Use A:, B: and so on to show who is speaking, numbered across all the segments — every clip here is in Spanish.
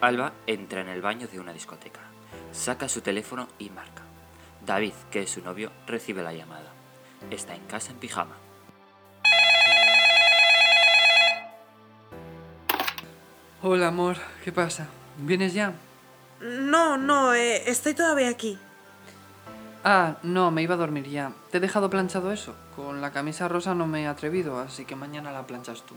A: Alba entra en el baño de una discoteca, saca su teléfono y marca. David, que es su novio, recibe la llamada. Está en casa en pijama.
B: Hola, amor. ¿Qué pasa? ¿Vienes ya?
C: No, no, eh, estoy todavía aquí.
B: Ah, no, me iba a dormir ya. Te he dejado planchado eso. Con la camisa rosa no me he atrevido, así que mañana la planchas tú.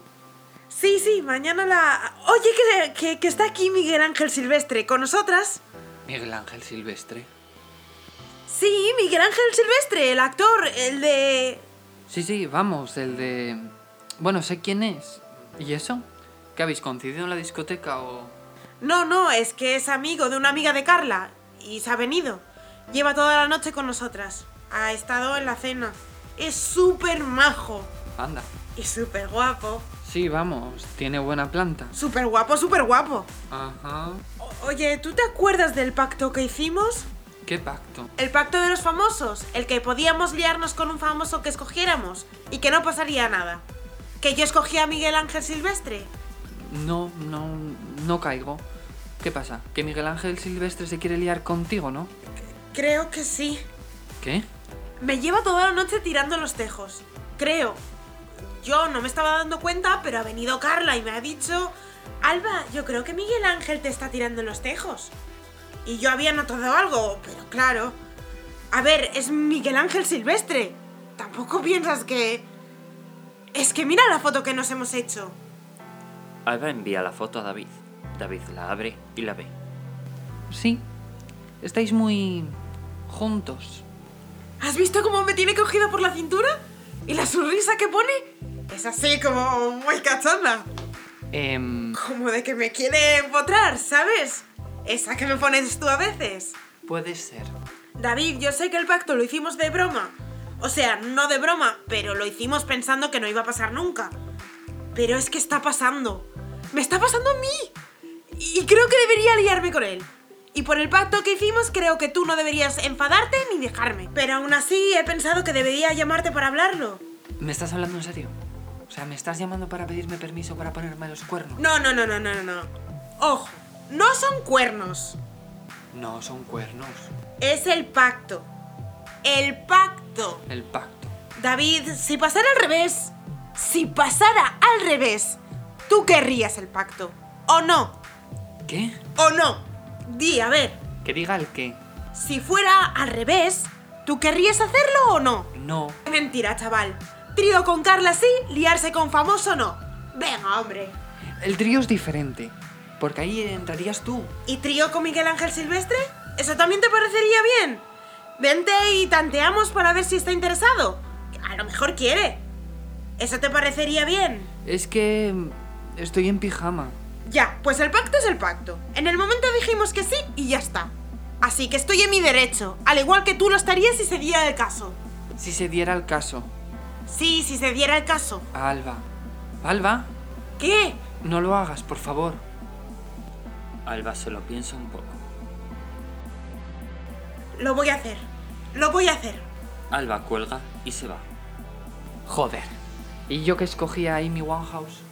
C: Sí, sí, mañana la... Oye, que, que- que está aquí Miguel Ángel Silvestre, ¿con nosotras?
B: Miguel Ángel Silvestre.
C: Sí, Miguel Ángel Silvestre, el actor, el de...
B: Sí, sí, vamos, el de... Bueno, sé quién es. ¿Y eso? ¿Qué habéis coincidido en la discoteca o...?
C: No, no, es que es amigo de una amiga de Carla y se ha venido. Lleva toda la noche con nosotras. Ha estado en la cena. Es súper majo
B: Anda.
C: y súper guapo.
B: Sí, vamos, tiene buena planta.
C: Súper guapo, súper guapo.
B: Ajá.
C: O- Oye, ¿tú te acuerdas del pacto que hicimos?
B: ¿Qué pacto?
C: El pacto de los famosos, el que podíamos liarnos con un famoso que escogiéramos y que no pasaría nada. Que yo escogí a Miguel Ángel Silvestre.
B: No, no, no caigo. ¿Qué pasa? ¿Que Miguel Ángel Silvestre se quiere liar contigo, no?
C: Creo que sí.
B: ¿Qué?
C: Me lleva toda la noche tirando los tejos. Creo. Yo no me estaba dando cuenta, pero ha venido Carla y me ha dicho, Alba, yo creo que Miguel Ángel te está tirando los tejos. Y yo había notado algo, pero claro. A ver, es Miguel Ángel Silvestre. Tampoco piensas que... Es que mira la foto que nos hemos hecho.
A: Alba envía la foto a David. David la abre y la ve.
B: Sí. Estáis muy... juntos.
C: ¿Has visto cómo me tiene cogida por la cintura? ¿Y la sonrisa que pone? Es así como muy cachonda.
B: Em,
C: Como de que me quiere empotrar, ¿sabes? Esa que me pones tú a veces.
B: puede ser.
C: David, yo sé que el pacto lo hicimos de broma. O sea, no de broma, pero lo hicimos pensando que no iba a pasar nunca. Pero es que está pasando. Me está pasando a mí. Y creo que debería liarme con él. Y por el pacto que hicimos, creo que tú no deberías enfadarte ni dejarme. Pero aún así, he pensado que debería llamarte para hablarlo.
B: ¿Me estás hablando en serio? O sea, ¿me estás llamando para pedirme permiso para ponerme los cuernos?
C: No, no, no, no, no, no. Ojo, no son cuernos.
B: No, son cuernos.
C: Es el pacto. El pacto.
B: El pacto.
C: David, si pasara al revés, si pasara al revés, tú querrías el pacto. ¿O no?
B: ¿Qué?
C: ¿O no? Di, a ver,
B: Que diga el qué.
C: si fuera al revés, ¿tú querrías hacerlo o no?
B: No.
C: Mentira, chaval. Trío con Carla sí, liarse con famoso no. Venga, hombre.
B: El trío es diferente. Porque ahí entrarías tú.
C: ¿Y trío con Miguel Ángel Silvestre? ¿Eso también te parecería bien? Vente y tanteamos para ver si está interesado. A lo mejor quiere. ¿Eso te parecería bien?
B: Es que... mm, Estoy en pijama.
C: Ya, pues el pacto es el pacto. En el momento dijimos que sí y ya está. Así que estoy en mi derecho, al igual que tú lo estarías si se diera el caso.
B: Si se diera el caso.
C: Sí, si se diera el caso.
B: A Alba. Alba,
C: ¿Qué?
B: no lo hagas, por favor.
A: Alba se lo piensa un poco.
C: Lo voy a hacer. Lo voy a hacer.
A: Alba cuelga y se va.
B: Joder. ¿Y yo que escogí a Amy Winehouse?